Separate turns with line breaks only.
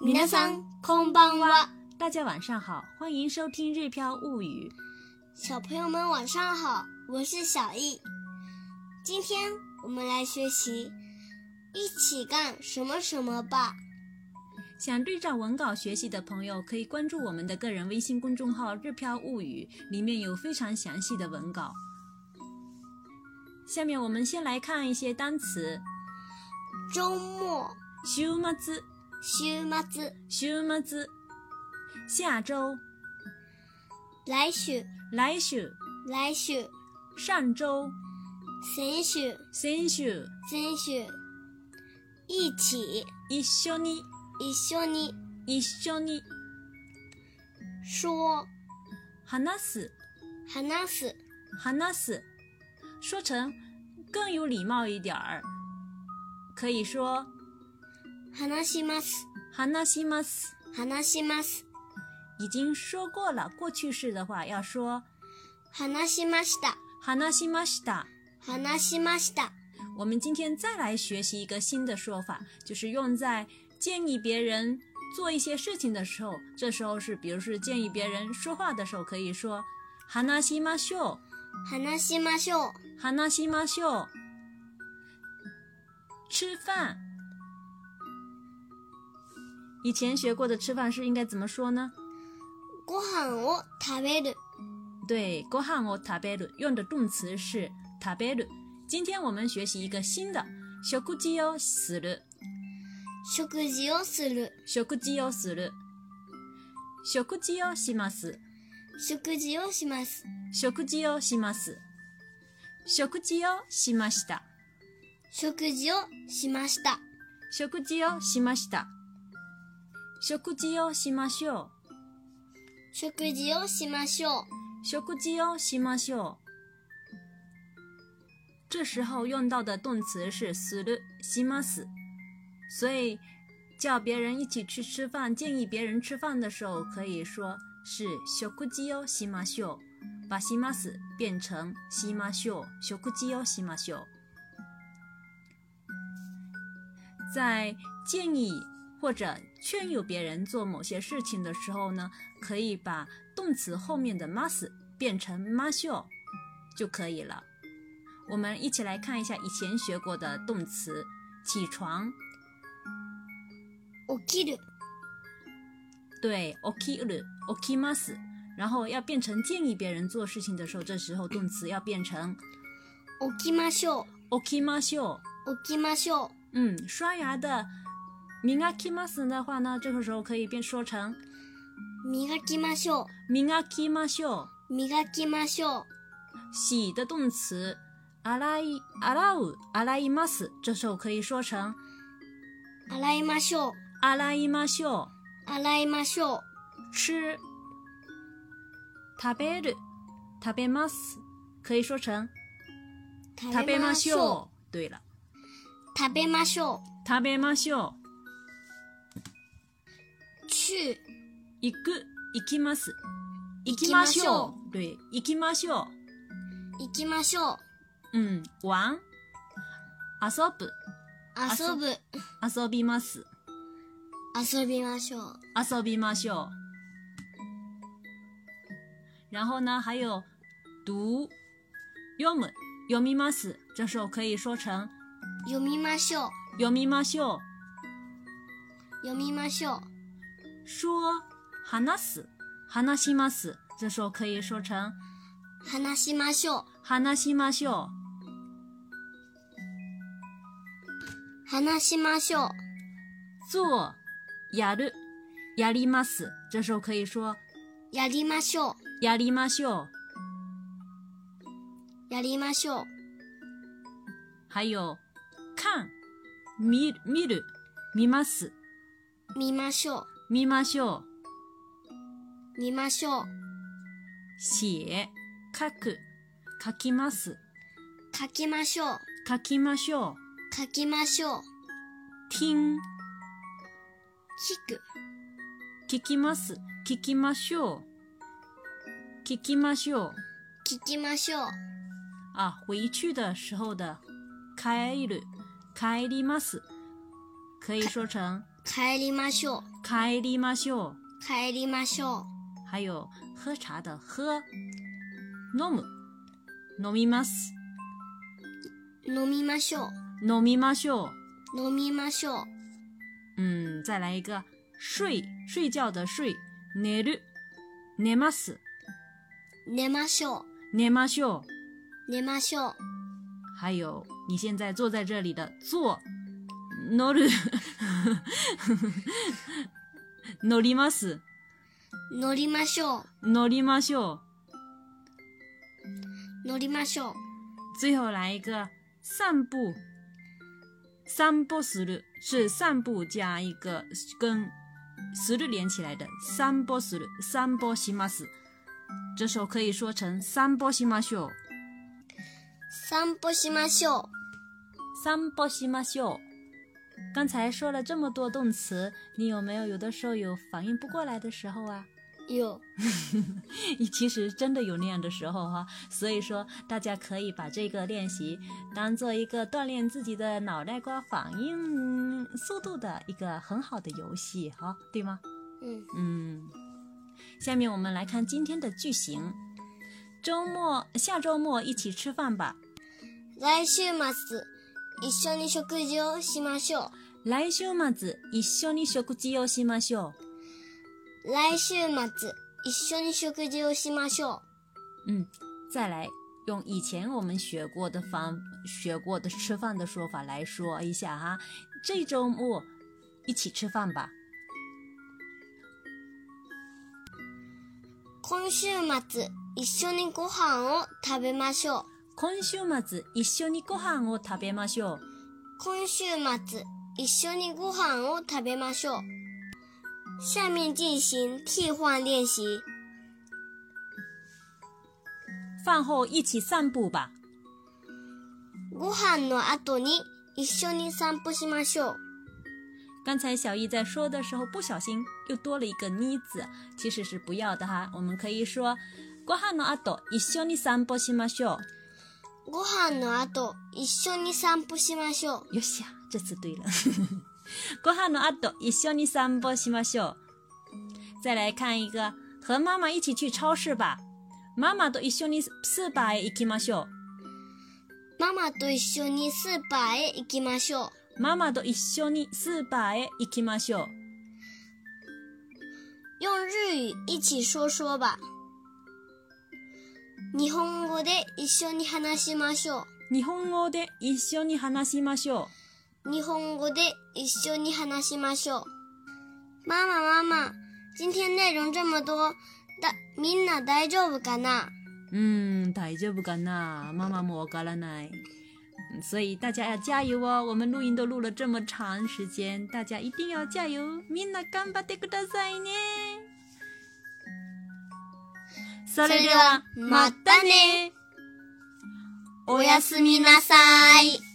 皆さんこんばんは，
大家晚上好，欢迎收听《日飘物语》。
小朋友们晚上好，我是小易。今天我们来学习一起干什么什么吧。
想对照文稿学习的朋友，可以关注我们的个人微信公众号“日飘物语”，里面有非常详细的文稿。下面我们先来看一些单词：
周末、
週末、
週末、
週末、下周、
来週、
来週、
来週、
上周、
先週、
先週、
先週。一起、
一緒に、
一緒に、
一緒に、
说、
話す、
話す、
話す，说成更有礼貌一点儿，可以说
話します、
話します。
話します、
已经说过了，过去式的话要说
話しました、
話しました。
話しました。
我们今天再来学习一个新的说法，就是用在建议别人做一些事情的时候，这时候是，比如是建议别人说话的时候，可以说話しましょ
話しましょう。
う、話しましょう。吃饭，以前学过的吃饭是应该怎么说呢？
ご飯を食べる、
对，ご飯を食べる用的动词是食べる。今天我们学习一个新的食事をする。
食事をする、
食事をする。食事をします。
食事をします、
食事をします。食事をしました。
食事をしました、
食事をしました。食事をしましょ
食事をしましょう、
う。食事をしましょう。这时候用到的动词是する、します。所以叫别人一起去吃饭，建议别人吃饭的时候，可以说是食事をしましょう，把します变成しましょう，食事をしましょう。在建议或者劝诱别人做某些事情的时候呢，可以把动词后面的 mas 变成 masio 就可以了。我们一起来看一下以前学过的动词：起床，
起きる、
对起きる、起きます。然后要变成建议别人做事情的时候，这时候动词要变成
起きましょ
起きましょう。
う、起きましょう、
嗯，刷牙的磨きます的话呢，这个时候可以变说成
磨きましょ
磨きましょう。
う、磨きましょう、
洗的动词洗い、洗う、洗います。这时候可以说成
洗いましょう、
洗いましょう。
洗いましょう、
吃、食べる、食べます。可以说成食べましょう。对了。
う、食べましょ
食べまし
う、
ょ
去、
う。行く、行きます。
行きましょ
う。对，行きましょう。
行きましょう、
嗯，玩。遊ぶ、
遊ぶ、
遊びます。
遊びましょう、
遊びましょう。然后呢，还有读、読む、読みます。这时候可以说成
読みましょう、
読みましょう。
読みましょう、
说、話す、話します。这时候可以说成
話しましょう、
話しましょう。
話しましょう、
做、やる、やります。这时候可以说
やりましょう、
やりましょう。
やりましょう、
还有看、見る、見る、見ます。
見ましょ
見ましょう。
う、見ましょう、
写、書く、書きます。
書きましょう、
書きましょう。
書きましょう、
听、
聞く、
聞きます。聞きましょう。聞きましょう。
聞きましょう、
啊，回去的时候的帰る、帰ります。可以说成
帰りましょう。
帰りましょう。
帰りましょ
还有喝茶的喝，飲む、飲みます、
う。飲みましょ
飲みましょう。
う。飲みましょう。
嗯，再来一个睡，睡觉的睡，寝る、寝ます、
寝ましょう。
寝ましょう。
寝ましょう。
还有你现在坐在这里的坐，乗る、 乗ります、
乗りましょう。
乗りましょう。
乗りましょう。
最后来一个散步，散步する是散步加一个跟する连起来的，散步する，散歩します。这时候可以说成散歩しましょう，
散歩しましょう。
散歩しましょう。刚才说了这么多动词，你有没有有的时候有反应不过来的时候啊？
有
其实真的有那样的时候哈、所以说大家可以把这个练习当做一个锻炼自己的脑袋瓜反应速度的一个很好的游戏哈、对吗？
嗯，
嗯，下面我们来看今天的句型。周末，下周末一起吃饭吧。
来週末一緒に食事をしましょ
来週末一緒に食事をしましょう。
う。来週末一緒に食事をしましょ
嗯，再来用以前我们学过的方学过的吃饭的说法来说一下哈，这周末一起吃饭吧。
う。今週末一緒にご飯を食べましょう。
今週末一緒にご飯を食べましょう。
今週末一緒にご飯を食べましょう。下面进行替换练习。
饭后一起散步吧。
ご飯の後に一緒に散歩しましょう。
刚才小易在说的时候，不小心又多了一个呢字，其实是不要的哈。我们可以说，ご飯の後一緒に散歩しましょう。
ご飯の後一緒に散歩しましょう。
よっしゃ，这次对了。 ご飯の後一緒に散歩しましょう。再来看一个，和妈妈一起去超市吧。ママと一緒にスーパーへ行きましょ
ママと一緒にスーパーへ行きましょう。
う。ママと一緒にスーパーへ行きましょう。
用日语一起说说吧。日本語で一緒に話しましょ
日本語で一緒に話しましょ
う。日本語で一緒に話しましょう。ママママ、今天内容这么多、だ、みんな大丈夫かな
う。うーん、大丈夫かなママもわからない。嗯所以大家要加油哦！我们录音都录了这么长时间，大家一定要加油！みんな頑張ってくださいね。それでは、またね。
おやすみなさい。